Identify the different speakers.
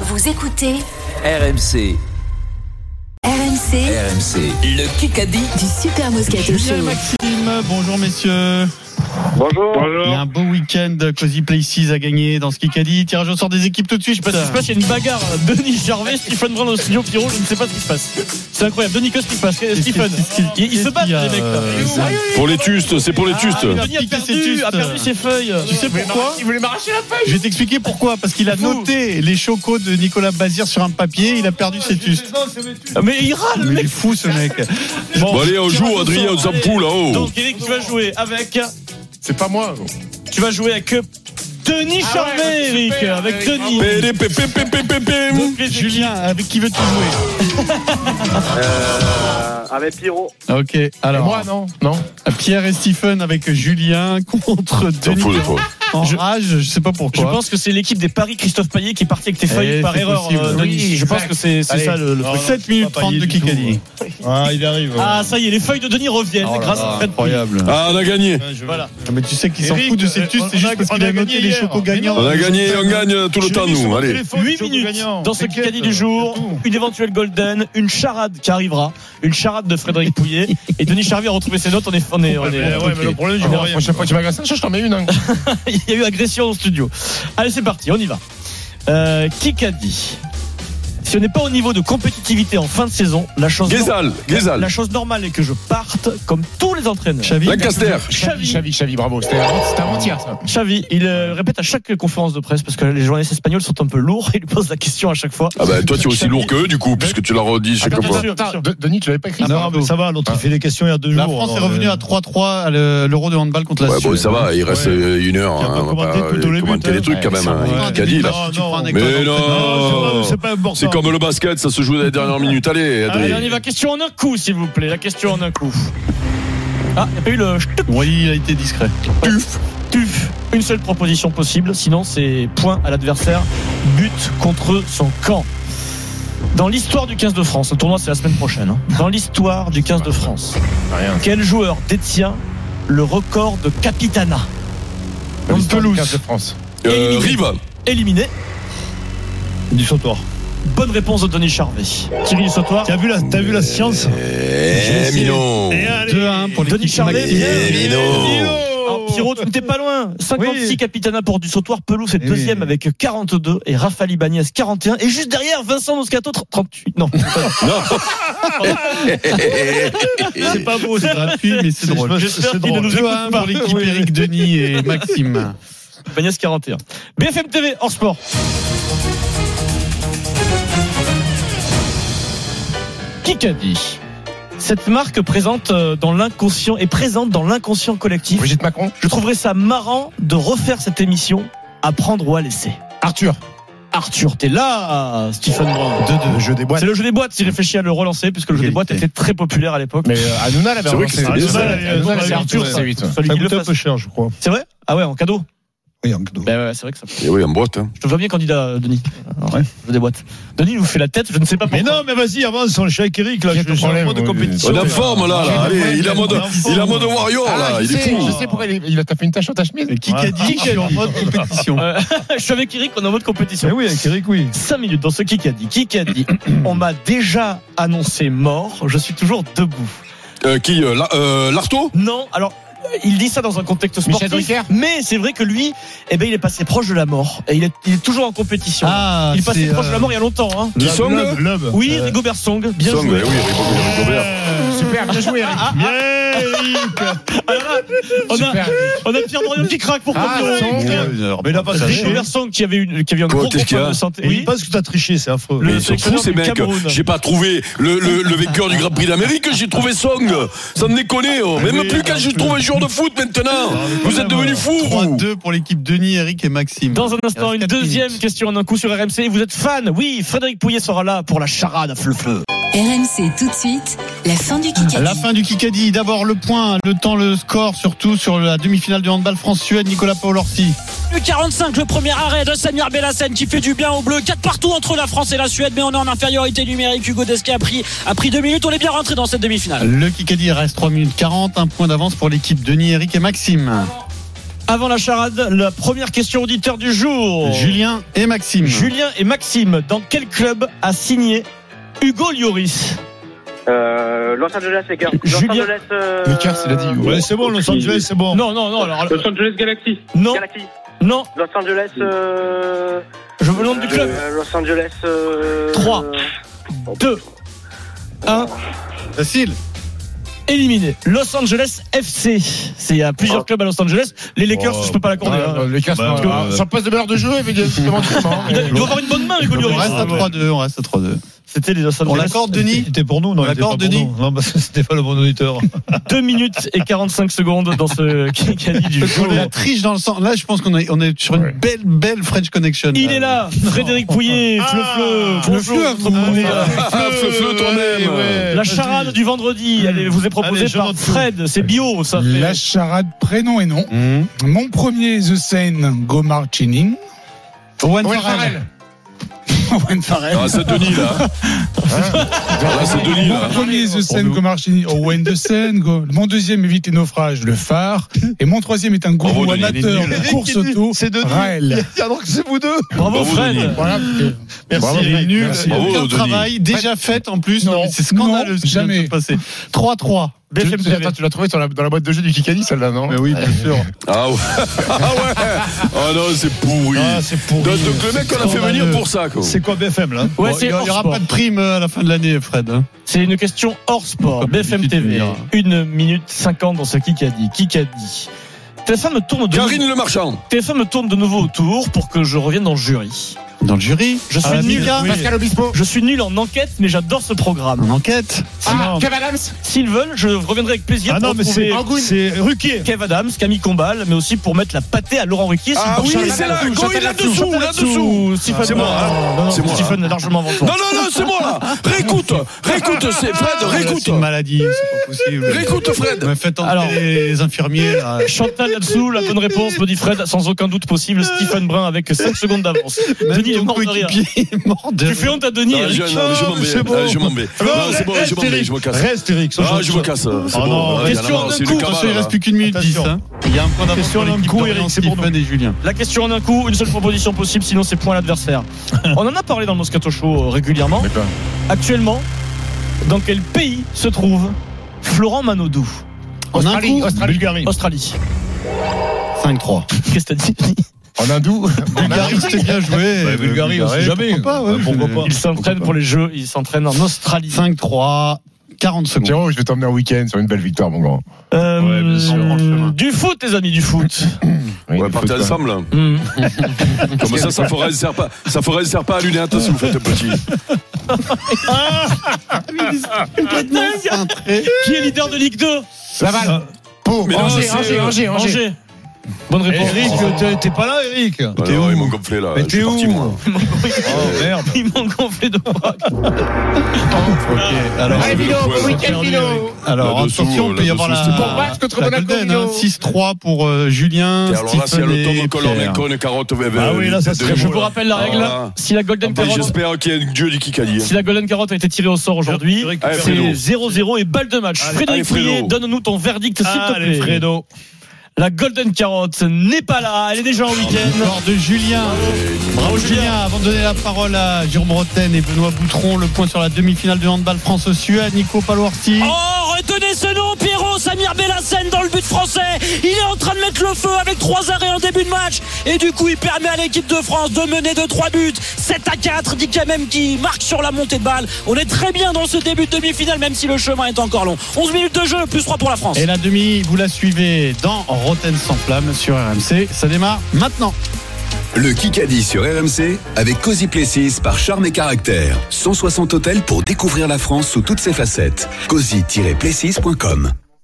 Speaker 1: Vous écoutez
Speaker 2: RMC,
Speaker 1: RMC
Speaker 2: RMC, le Kikadi.
Speaker 1: du Super Moscato
Speaker 3: Julien et
Speaker 1: Show.
Speaker 3: Eh Maxime, bonjour messieurs.
Speaker 4: Bonjour.
Speaker 3: Il y a un beau week-end. Cozy Places a gagné dans ce Kikadi. Tirage au sort des équipes tout de suite.
Speaker 5: Je sais pas ce qui se passe, il y a une bagarre.
Speaker 3: euh,
Speaker 5: Denis Jarvet, Stephen Brun au studio Pierrot, je ne sais pas ce qui se passe. C'est incroyable. Denis, qu'est-ce qui se passe
Speaker 3: Qu'est-ce
Speaker 5: Stephen,
Speaker 3: qu'est-ce qu'il-
Speaker 5: ils ils se battent, les
Speaker 3: qu'est-ce
Speaker 5: mecs.
Speaker 3: qu'il y a,
Speaker 5: là.
Speaker 3: euh, ça
Speaker 6: Pour les tustes, c'est pour les tustes.
Speaker 5: Ah, Denis a
Speaker 3: Il a piqué ses
Speaker 5: perdu, a
Speaker 3: tustes.
Speaker 5: perdu ses feuilles.
Speaker 3: Tu sais pourquoi
Speaker 5: euh, Il voulait m'arracher la feuille.
Speaker 3: Je vais t'expliquer pourquoi. Parce qu'il a
Speaker 5: Fou.
Speaker 3: noté les chocos de Nicolas Bazir sur un papier. Il a perdu ses tustes.
Speaker 5: Ah, Mais il râle, le
Speaker 3: Mais il est
Speaker 5: mec.
Speaker 3: fou ce mec.
Speaker 6: Bon, allez, on joue,
Speaker 5: tirage au
Speaker 6: Adrien, on
Speaker 5: sort.
Speaker 6: s'en fout là-haut.
Speaker 5: Donc, Eric, tu vas jouer avec.
Speaker 7: C'est pas moi.
Speaker 5: Tu vas jouer
Speaker 3: euh,
Speaker 5: avec Denis Charvet, Eric. Avec Denis.
Speaker 6: Péré, pé, pé, pé, pé, pé, pé.
Speaker 5: Donc, les équipes.
Speaker 3: Julien, avec qui veux-tu jouer
Speaker 4: Euh, avec Pierrot.
Speaker 3: Ok, alors.
Speaker 7: moi, non. Non.
Speaker 3: Pierre et Stephen avec Julien contre
Speaker 6: T'en fous
Speaker 3: Denis.
Speaker 6: des fois.
Speaker 3: En
Speaker 5: Je-
Speaker 3: rage, je sais pas
Speaker 5: Je
Speaker 3: pourquoi.
Speaker 5: pense que c'est l'équipe des paris Christophe Payet qui est partie avec tes feuilles
Speaker 3: Eh,
Speaker 5: par
Speaker 3: c'est
Speaker 5: erreur,
Speaker 3: possible.
Speaker 5: euh, Denis.
Speaker 3: Oui,
Speaker 5: je pense
Speaker 3: exact.
Speaker 5: que c'est c'est
Speaker 3: Allez. Oh
Speaker 5: ça le, le truc.
Speaker 3: 7 minutes 30 de Kikadi.
Speaker 7: Ah, il arrive.
Speaker 5: Ah, ça y est, les feuilles de Denis reviennent grâce à Fred Pouillet.
Speaker 3: Oh incroyable.
Speaker 6: Ah, on a gagné.
Speaker 5: Voilà.
Speaker 3: Mais tu sais qu'ils s'en
Speaker 7: Eric,
Speaker 3: foutent de
Speaker 7: euh,
Speaker 3: ces tus,
Speaker 7: on
Speaker 3: c'est
Speaker 7: a-
Speaker 3: juste parce
Speaker 7: on
Speaker 3: qu'il
Speaker 7: a
Speaker 3: a noté
Speaker 7: gagné
Speaker 3: les
Speaker 7: hier.
Speaker 3: chocos
Speaker 7: Mais
Speaker 3: gagnants.
Speaker 7: non.
Speaker 6: On a gagné, on gagne tout le temps, nous. Allez.
Speaker 5: 8 minutes dans ce Kikadi du jour, une éventuelle golden, une charade qui arrivera, une charade de Frédéric Pouillet. Et Denis Charvet a retrouvé ses notes, on est. On est, on est- on est-
Speaker 7: problème,
Speaker 5: je vois rien.
Speaker 7: La prochaine fois que tu m'agaces un chat, je t'en mets une. hein.
Speaker 5: Il y a eu agression au studio. Allez, c'est parti, on y va. Euh, Kikadi. Si on n'est pas au niveau de compétitivité en fin de saison, la chose,
Speaker 6: Guézal, Guézal.
Speaker 5: la chose normale est que je parte comme tous les entraîneurs.
Speaker 3: Xavi,
Speaker 6: Lancaster.
Speaker 5: Xavi.
Speaker 7: Chavi, Chavi, bravo. C'était avant- c'était avant-hier, ça.
Speaker 5: Xavi, il euh, répète à chaque conférence de presse parce que les journalistes espagnols sont un peu lourds et lui posent la question à chaque fois.
Speaker 6: Ah ben toi tu es aussi lourd que eux du coup puisque tu l'as redit chaque
Speaker 5: Attends,
Speaker 6: fois.
Speaker 5: sûr,
Speaker 7: Attends,
Speaker 5: sûr.
Speaker 7: De- Denis, tu l'avais pas écrit.
Speaker 3: Ah, non, mais ça
Speaker 7: va, l'autre, il fait des questions il y a deux
Speaker 3: La France est
Speaker 7: hein,
Speaker 5: euh,
Speaker 3: revenue à 3-3 à le- l'Euro de handball contre la
Speaker 6: Ouais
Speaker 3: Suède.
Speaker 6: bon ça va, il reste euh, une heure. hein, On va pas euh, commenter les trucs quand même. hein, Kikadi là. Mais non C'est comme le basket, ça se joue dans les dernières minutes. Allez
Speaker 5: Allez, on y
Speaker 6: Adrien.
Speaker 5: va. Question en un coup, s'il vous plaît. La question en un coup. Ah, il n'y a pas eu le ch'touf,
Speaker 3: Oui, il a été discret.
Speaker 5: tuf. Une seule proposition possible, sinon c'est point à l'adversaire, but contre son camp. Dans l'histoire du 15 de France, le tournoi c'est la semaine prochaine. hein. Dans l'histoire du 15 de France,
Speaker 7: Rien.
Speaker 5: quel joueur détient le record de capitana Dans le pelouse.
Speaker 7: de France.
Speaker 6: Euh, Rive.
Speaker 5: Éliminé.
Speaker 3: Du sautoir.
Speaker 5: Bonne réponse de Denis Charvet. Thierry du Sautoir.
Speaker 3: T'as vu la, t'as vu la science
Speaker 6: Eh Minon.
Speaker 3: 2-1 pour
Speaker 5: Denis
Speaker 3: l'équipe
Speaker 5: Charvet.
Speaker 3: Maxime.
Speaker 6: Eh Minon.
Speaker 5: Alors, Pierrot, tu n'étais pas loin. 56
Speaker 3: Oui.
Speaker 5: capitana pour du sautoir. Pelou, c'est
Speaker 3: Eh
Speaker 5: deuxième
Speaker 3: oui.
Speaker 5: avec 42 et Rafa Ibanez 41. Et juste derrière, Vincent Moscato 38. Non,
Speaker 3: C'est pas beau, c'est gratuit, mais c'est drôle.
Speaker 5: J'espère
Speaker 3: C'est
Speaker 5: qu'il ne
Speaker 3: drôle.
Speaker 5: nous
Speaker 3: 2-1
Speaker 5: écoute pas.
Speaker 3: pour l'équipe Eric, Denis et Maxime.
Speaker 5: Ibanez 41. BFM TV, hors sport. Kikadi. Cette marque présente euh, dans l'inconscient est présente dans l'inconscient collectif.
Speaker 7: Brigitte Macron.
Speaker 5: Je trouverais ça marrant de refaire cette émission à prendre ou à laisser.
Speaker 7: Arthur.
Speaker 5: Arthur, t'es là, Stephen Brown.
Speaker 7: Le jeu des boîtes.
Speaker 5: C'est le jeu des boîtes, si réfléchit à le relancer, puisque le jeu des boîtes était très populaire à l'époque. Euh,
Speaker 7: Mais euh, Hanouna l'avait
Speaker 6: C'est vrai que
Speaker 7: relancé.
Speaker 6: c'est bien, ça.
Speaker 7: Hanouna, Euh, c'est Arthur, c'est 8.
Speaker 5: Celui qui le fasse.
Speaker 3: cher, je crois.
Speaker 5: C'est vrai Ah ouais, en cadeau
Speaker 3: Oui, en cadeau.
Speaker 5: Ben ouais, c'est vrai que ça.
Speaker 6: Eh oui en boîte. hein.
Speaker 5: Je te vois bien candidat, euh, Denis. Alors, Je déboîte. Denis vous fait la tête, je ne sais pas pourquoi.
Speaker 3: mais vas-y, avance, on chèque Eric, là,
Speaker 7: Quel je suis en problème, Oh, mode oui. compétition.
Speaker 6: On est en Oh, forme là, là.
Speaker 3: Ouais,
Speaker 6: Allez, il est en mode,
Speaker 3: ouais,
Speaker 6: il est en mode warrior
Speaker 8: Ah,
Speaker 6: Oh là, il est fou.
Speaker 7: Ah, Je sais pourquoi il est- il a tapé une tache sur ta chemise.
Speaker 3: Qui a dit je suis en mode compétition Eh
Speaker 5: Euh, je suis avec Eric, on est en mode compétition.
Speaker 3: oui, avec Eric, oui.
Speaker 5: 5 minutes dans ce Kikadi. Kikadi, on m'a déjà annoncé mort, je suis toujours debout.
Speaker 6: Euh, qui euh, la- euh, Larto
Speaker 5: Non, alors. Il dit ça dans un contexte
Speaker 7: Michel
Speaker 5: sportif,
Speaker 7: Drucker
Speaker 5: mais c'est vrai que lui, eh ben, il est passé proche de la mort et il est, il est toujours en compétition.
Speaker 3: Ah,
Speaker 5: il est passé
Speaker 3: c'est,
Speaker 5: proche de la
Speaker 3: euh,
Speaker 5: mort il y a longtemps. Hein.
Speaker 6: Qui sont
Speaker 5: Oui, Rigobert Song, bien
Speaker 6: Song,
Speaker 5: joué.
Speaker 6: eh oui, Rigo- Rigobert.
Speaker 7: Super, bien joué,
Speaker 5: Ah,
Speaker 7: Eric.
Speaker 3: Euh, Ah.
Speaker 5: On a,
Speaker 7: Super.
Speaker 5: on a Pierre Dorian qui craque pour
Speaker 7: Ah,
Speaker 5: confirmer.
Speaker 7: son.
Speaker 3: Mais il a pas
Speaker 5: Rigobert Song qui avait, une, qui avait un
Speaker 6: Quoi,
Speaker 5: gros
Speaker 6: qu'est-ce qu'il y a
Speaker 5: problème de santé.
Speaker 3: Et
Speaker 5: Oui.
Speaker 3: il pense que t'as triché, c'est affreux.
Speaker 5: Le
Speaker 6: Mais ils sont fous
Speaker 5: sélectionneur
Speaker 6: ces
Speaker 5: du
Speaker 6: mecs.
Speaker 5: Cameroun.
Speaker 6: J'ai pas trouvé le, le, le vainqueur du Grand Prix d'Amérique, j'ai trouvé Song. Ça me déconne. oh. Même plus quand je trouve un joueur de foot
Speaker 8: Ah,
Speaker 6: maintenant.
Speaker 3: Ah,
Speaker 6: Vous êtes
Speaker 8: euh,
Speaker 6: devenus fous.
Speaker 3: 3-2 pour l'équipe Denis, Eric et Maxime.
Speaker 5: Dans un instant,
Speaker 3: Il
Speaker 5: une
Speaker 3: reste quatre
Speaker 5: deuxième
Speaker 3: minutes.
Speaker 5: question en un coup sur RMC. Vous êtes fan Oui, Frédéric Pouillet sera là pour la charade à fleu-fleu.
Speaker 1: RMC tout de suite, la fin du Kikadi.
Speaker 3: La fin du Kikadi. D'abord le point, le temps, le score, surtout sur la demi-finale de handball France-Suède, Nicolas Paolorsi.
Speaker 9: Plus 45, le premier arrêt de Samir Bellassen qui fait du bien au bleu. 4 partout entre la France et la Suède, mais on est en infériorité numérique. Hugo Desquet a pris, a pris deux minutes. On est bien rentré dans cette demi-finale.
Speaker 3: Le Kikadi reste 3 minutes 40, un point d'avance pour l'équipe Denis, Eric et Maxime.
Speaker 5: Avant la charade, la première question auditeur du jour.
Speaker 3: Oh. Julien et Maxime.
Speaker 5: Julien et Maxime, dans quel club a signé Hugo Lloris
Speaker 4: Euh, Los Angeles Lakers. Los
Speaker 5: Julien.
Speaker 4: Angeles. euh,
Speaker 7: Lakers, il a dit, ouais.
Speaker 3: c'est bon, Los Angeles, c'est bon.
Speaker 5: Non, non, non, alors,
Speaker 8: Los Angeles Galaxy.
Speaker 5: non,
Speaker 4: Galaxy.
Speaker 5: non,
Speaker 4: Los Angeles. Euh,
Speaker 5: je veux le nom du club.
Speaker 4: euh, Los Angeles. Euh,
Speaker 5: Trois.
Speaker 8: Euh,
Speaker 5: Deux. Un.
Speaker 3: Facile.
Speaker 5: éliminé. Los Angeles FC. C'est il y a
Speaker 3: Oh.
Speaker 5: plusieurs clubs à Los Angeles. Les Lakers,
Speaker 7: Oh.
Speaker 5: je peux pas l'accorder. hein.
Speaker 7: Ouais, Lakers,
Speaker 3: Bah,
Speaker 7: non,
Speaker 3: bah,
Speaker 7: euh, sur le poste de meilleur de jeu, il demande comment.
Speaker 5: Il, doit- il doit avoir une bonne main, Hugo
Speaker 3: On
Speaker 5: Lloris.
Speaker 3: reste à
Speaker 5: Ouais.
Speaker 3: 3-2, on reste à 3-2.
Speaker 5: C'était les Los
Speaker 3: Ah On
Speaker 5: Angeles.
Speaker 3: l'accorde, Denis C'était pour nous, non On l'accorde, Denis Non, parce que c'était pas le bon auditeur.
Speaker 5: 2 minutes et 45 secondes dans ce Kikadi du jour.
Speaker 3: La triche dans le sang. Là, je pense qu'on est, on est sur
Speaker 7: Ouais.
Speaker 3: une belle, belle French Connection.
Speaker 5: Il est là, Frédéric Pouillet,
Speaker 7: Ah,
Speaker 5: Fleu Fleu,
Speaker 3: Fleu,
Speaker 5: notre
Speaker 3: ah,
Speaker 5: Pouillet.
Speaker 6: Ah, feu, feu, toi même.
Speaker 5: La charade du vendredi, elle vous est proposée
Speaker 3: Hmm. Allez, je
Speaker 5: par
Speaker 3: note tout.
Speaker 5: Fred. C'est bio, ça. fait-
Speaker 8: La charade prénom et nom. Mon premier, The Seine, Gomar Chinning.
Speaker 3: Owen
Speaker 7: Owen
Speaker 3: Farrell.
Speaker 7: Farrell.
Speaker 8: Owen Farrell.
Speaker 6: Ah, c'est Denis, là. Ah, c'est Denis,
Speaker 8: Mon
Speaker 6: là.
Speaker 8: premier, The Seine, Gomar Chinning. Owen de Seine. oh, Go- Mon deuxième, Évite les naufrages, Le Phare. Et mon troisième est un gourou
Speaker 6: Bravo, Denis,
Speaker 8: amateur
Speaker 6: il est nul,
Speaker 8: de
Speaker 6: là.
Speaker 8: course auto,
Speaker 3: C'est Denis.
Speaker 8: Raël.
Speaker 3: Alors que c'est vous deux.
Speaker 5: Bravo,
Speaker 6: Bravo,
Speaker 5: Fred.
Speaker 6: Denis.
Speaker 8: Voilà.
Speaker 3: Merci,
Speaker 7: Bravo,
Speaker 3: il est
Speaker 7: Denis.
Speaker 3: nul.
Speaker 7: Merci.
Speaker 3: Il y a
Speaker 6: Bravo,
Speaker 3: aucun
Speaker 6: Denis.
Speaker 3: travail déjà fait en plus.
Speaker 8: Non.
Speaker 3: C'est scandaleux ce qui vient de
Speaker 8: Jamais.
Speaker 3: se passer. 3-3.
Speaker 5: BFM
Speaker 7: Tu- attends,
Speaker 5: TV.
Speaker 7: tu l'as trouvé sur la- dans la boîte de jeu du Kikadi, celle-là, non
Speaker 3: oui, bien sûr.
Speaker 6: Ah ouais. Ah ouais. Ah non, c'est pourri.
Speaker 3: Ah, c'est pour.
Speaker 6: Donc, donc le mec, on a fait venir pour ça, quoi.
Speaker 3: quoi BFM là
Speaker 5: Ouais,
Speaker 3: Bon,
Speaker 5: c'est
Speaker 3: Il n'y
Speaker 5: hors
Speaker 3: aura
Speaker 5: sport.
Speaker 3: pas de prime euh, à la fin de l'année, Fred. hein.
Speaker 5: C'est une question hors sport.
Speaker 3: Comme
Speaker 5: BFM
Speaker 3: d'habitude, tu
Speaker 5: TV.
Speaker 3: me diras.
Speaker 5: 1 minute 50 dans ce Kikadi. Kikadi. TF1 me tourne de
Speaker 6: Karine Le Marchand.
Speaker 5: TF1 me tourne de nouveau autour pour que je revienne dans le jury.
Speaker 3: Dans le jury.
Speaker 5: Je suis
Speaker 3: Ah,
Speaker 5: nul.
Speaker 3: Mika,
Speaker 5: Oui.
Speaker 7: Pascal Obispo.
Speaker 5: Je suis nul en enquête, mais j'adore ce programme.
Speaker 3: En enquête.
Speaker 7: Ah, Kev Adams.
Speaker 5: S'ils veulent, je reviendrai avec plaisir pour retrouver
Speaker 3: Ah c'est Ruquier.
Speaker 5: Kev Adams, Camille Combal, mais aussi pour mettre la pâtée à Laurent Ruquier.
Speaker 6: Ah
Speaker 5: pour
Speaker 6: oui,
Speaker 5: Charles
Speaker 6: c'est là,
Speaker 5: Latsou,
Speaker 6: go,
Speaker 5: Chantal
Speaker 6: il est
Speaker 5: Latsou,
Speaker 6: là-dessous,
Speaker 5: Chantal
Speaker 6: là-dessous.
Speaker 5: Latsou, Stephen
Speaker 6: C'est moi,
Speaker 5: Brun.
Speaker 6: hein.
Speaker 5: Non, non,
Speaker 6: C'est moi.
Speaker 5: Stephen est largement avant toi.
Speaker 6: Non, non, non, c'est moi, là. Réécoute. Réécoute, c'est Fred, réécoute.
Speaker 3: Ah, C'est une maladie, c'est pas possible.
Speaker 6: Réécoute, Fred.
Speaker 3: Mais faites entrer
Speaker 5: Alors.
Speaker 3: les infirmiers. là.
Speaker 5: Chantal là-dessous, la bonne réponse, me dit Fred, sans aucun doute possible, Stephen Brun avec 5 secondes d'avance.
Speaker 3: Même
Speaker 5: Denis est
Speaker 3: ton
Speaker 5: mort de rire.
Speaker 3: coéquipier est mort de
Speaker 5: Tu fais honte à Denis, hein.
Speaker 6: Non,
Speaker 5: Eric.
Speaker 6: je non, je m'en
Speaker 3: mais c'est
Speaker 6: vais.
Speaker 3: bon.
Speaker 6: Ah, Je m'en vais. Non, c'est bon, je m'en vais, je me casse.
Speaker 3: Reste, Eric. sois
Speaker 6: Ah,
Speaker 3: gentil.
Speaker 6: je me casse. C'est
Speaker 3: Ah
Speaker 6: bon.
Speaker 3: non,
Speaker 6: Ouais,
Speaker 5: question
Speaker 6: non, non,
Speaker 5: d'un
Speaker 6: c'est
Speaker 5: coup,
Speaker 6: du
Speaker 3: Attention,
Speaker 6: cabal,
Speaker 3: il
Speaker 6: là.
Speaker 3: reste plus qu'une minute dix.
Speaker 5: Attention.
Speaker 3: hein. Il y a un point d'avance
Speaker 5: Question
Speaker 3: pour
Speaker 5: d'un
Speaker 3: l'équipe
Speaker 5: coup,
Speaker 3: d'Orient,
Speaker 5: Eric, c'est pour
Speaker 3: Stephen et Julien.
Speaker 5: La question en un coup, une seule proposition possible, sinon c'est point à l'adversaire. On en a parlé dans le Moscato Show euh, régulièrement.
Speaker 7: D'accord.
Speaker 5: Actuellement, dans quel pays se trouve Florent Manodou
Speaker 3: En un
Speaker 7: Australie,
Speaker 3: coup,
Speaker 7: Australie.
Speaker 3: Bulgarie.
Speaker 5: Australie.
Speaker 3: 5-3.
Speaker 5: Qu'est-ce que t'as dit
Speaker 7: En hindou.
Speaker 3: Bulgarie, c'était bien joué.
Speaker 7: Bah, Bulgarie, on sait jamais.
Speaker 3: Pourquoi pas, ouais,
Speaker 7: Bah, pourquoi
Speaker 3: je-
Speaker 7: pas.
Speaker 5: Ils s'entraînent pour les Jeux, ils s'entraînent en Australie.
Speaker 3: 5-3, 40 secondes.
Speaker 7: Pierrot, je vais t'emmener un week-end sur une belle victoire, mon grand.
Speaker 5: Euh,
Speaker 3: Ouais, bien sûr, on prend le chemin.
Speaker 5: du foot, les amis, du foot.
Speaker 7: Oui,
Speaker 6: On va
Speaker 7: il
Speaker 6: partir
Speaker 7: faut ça.
Speaker 6: ensemble.
Speaker 5: Hmm.
Speaker 6: Comme ça, ça forêt ne sert pas. Ça forêt ne sert pas à lunettes si vous faites petit.
Speaker 3: Complètement cintré.
Speaker 5: Qui est leader de Ligue 2
Speaker 7: Laval. Pau.
Speaker 6: Mais non,
Speaker 7: Angers,
Speaker 6: c'est-
Speaker 7: Angers, Angers, Angers.
Speaker 5: Angers. Bonne réponse.
Speaker 3: t'es pas là, Eric
Speaker 6: Ah non, ils m'ont gonflé là. Je suis parti, moi.
Speaker 5: Oh,
Speaker 3: Merde.
Speaker 5: Ils m'ont gonflé de bras.
Speaker 3: Alors,
Speaker 7: Allez, Milo,
Speaker 6: Ouais,
Speaker 7: au week-end, Milo.
Speaker 3: alors
Speaker 6: Là-dessous,
Speaker 3: attention, il peut y avoir
Speaker 6: là-dessous, c'est pour
Speaker 3: la,
Speaker 7: Brest contre
Speaker 3: la
Speaker 7: Monaco,
Speaker 3: Golden, hein,
Speaker 7: Milo.
Speaker 3: 6-3 pour euh, Julien,
Speaker 6: Et alors là, si elle
Speaker 3: Stephen
Speaker 6: le
Speaker 3: et
Speaker 6: tombe color,
Speaker 3: Pierre.
Speaker 6: con, carotte, vert.
Speaker 5: Ah oui, là, ça serait Je vous rappelle la
Speaker 6: Ah, bah,
Speaker 5: règle.
Speaker 6: là.
Speaker 5: Si la Golden Carotte,
Speaker 6: J'espère qu'il y a un dieu du Kikadi. hein.
Speaker 5: si la Golden Carotte a été tirée au sort aujourd'hui,
Speaker 6: Allez,
Speaker 5: c'est
Speaker 6: Fredo.
Speaker 5: 0-0 et balle de match.
Speaker 6: allez,
Speaker 5: Frédéric
Speaker 6: Fredo.
Speaker 5: Pouillet, donne-nous ton verdict, s'il te plaît.
Speaker 3: Allez, Fredo.
Speaker 5: La Golden Carotte n'est pas là. Elle est déjà en week-end.
Speaker 3: Victoire de Julien. Bravo Julien. Avant de donner la parole à Jérôme Roten et Benoît Boutron, le point sur la demi-finale de handball France-Suède, Nico Palourti.
Speaker 9: Oh, retenez ce nom, Pierrot, Samir Bellassen dans le but français. Il est en train de mettre le feu avec trois arrêts en début de match. Et du coup, il permet à l'équipe de France de mener de trois buts. 7 à 4, dit même qui marque sur la montée de balle. On est très bien dans ce début de demi-finale, même si le chemin est encore long. 11 minutes de jeu, plus 3 pour la France.
Speaker 3: Et la demi, vous la suivez dans Roten sans flamme sur RMC. Ça démarre maintenant.
Speaker 10: Le Kikadi sur RMC avec Cozy Places par Charme et Caractère. 160 hôtels pour découvrir la France sous toutes ses facettes. cozy-places.com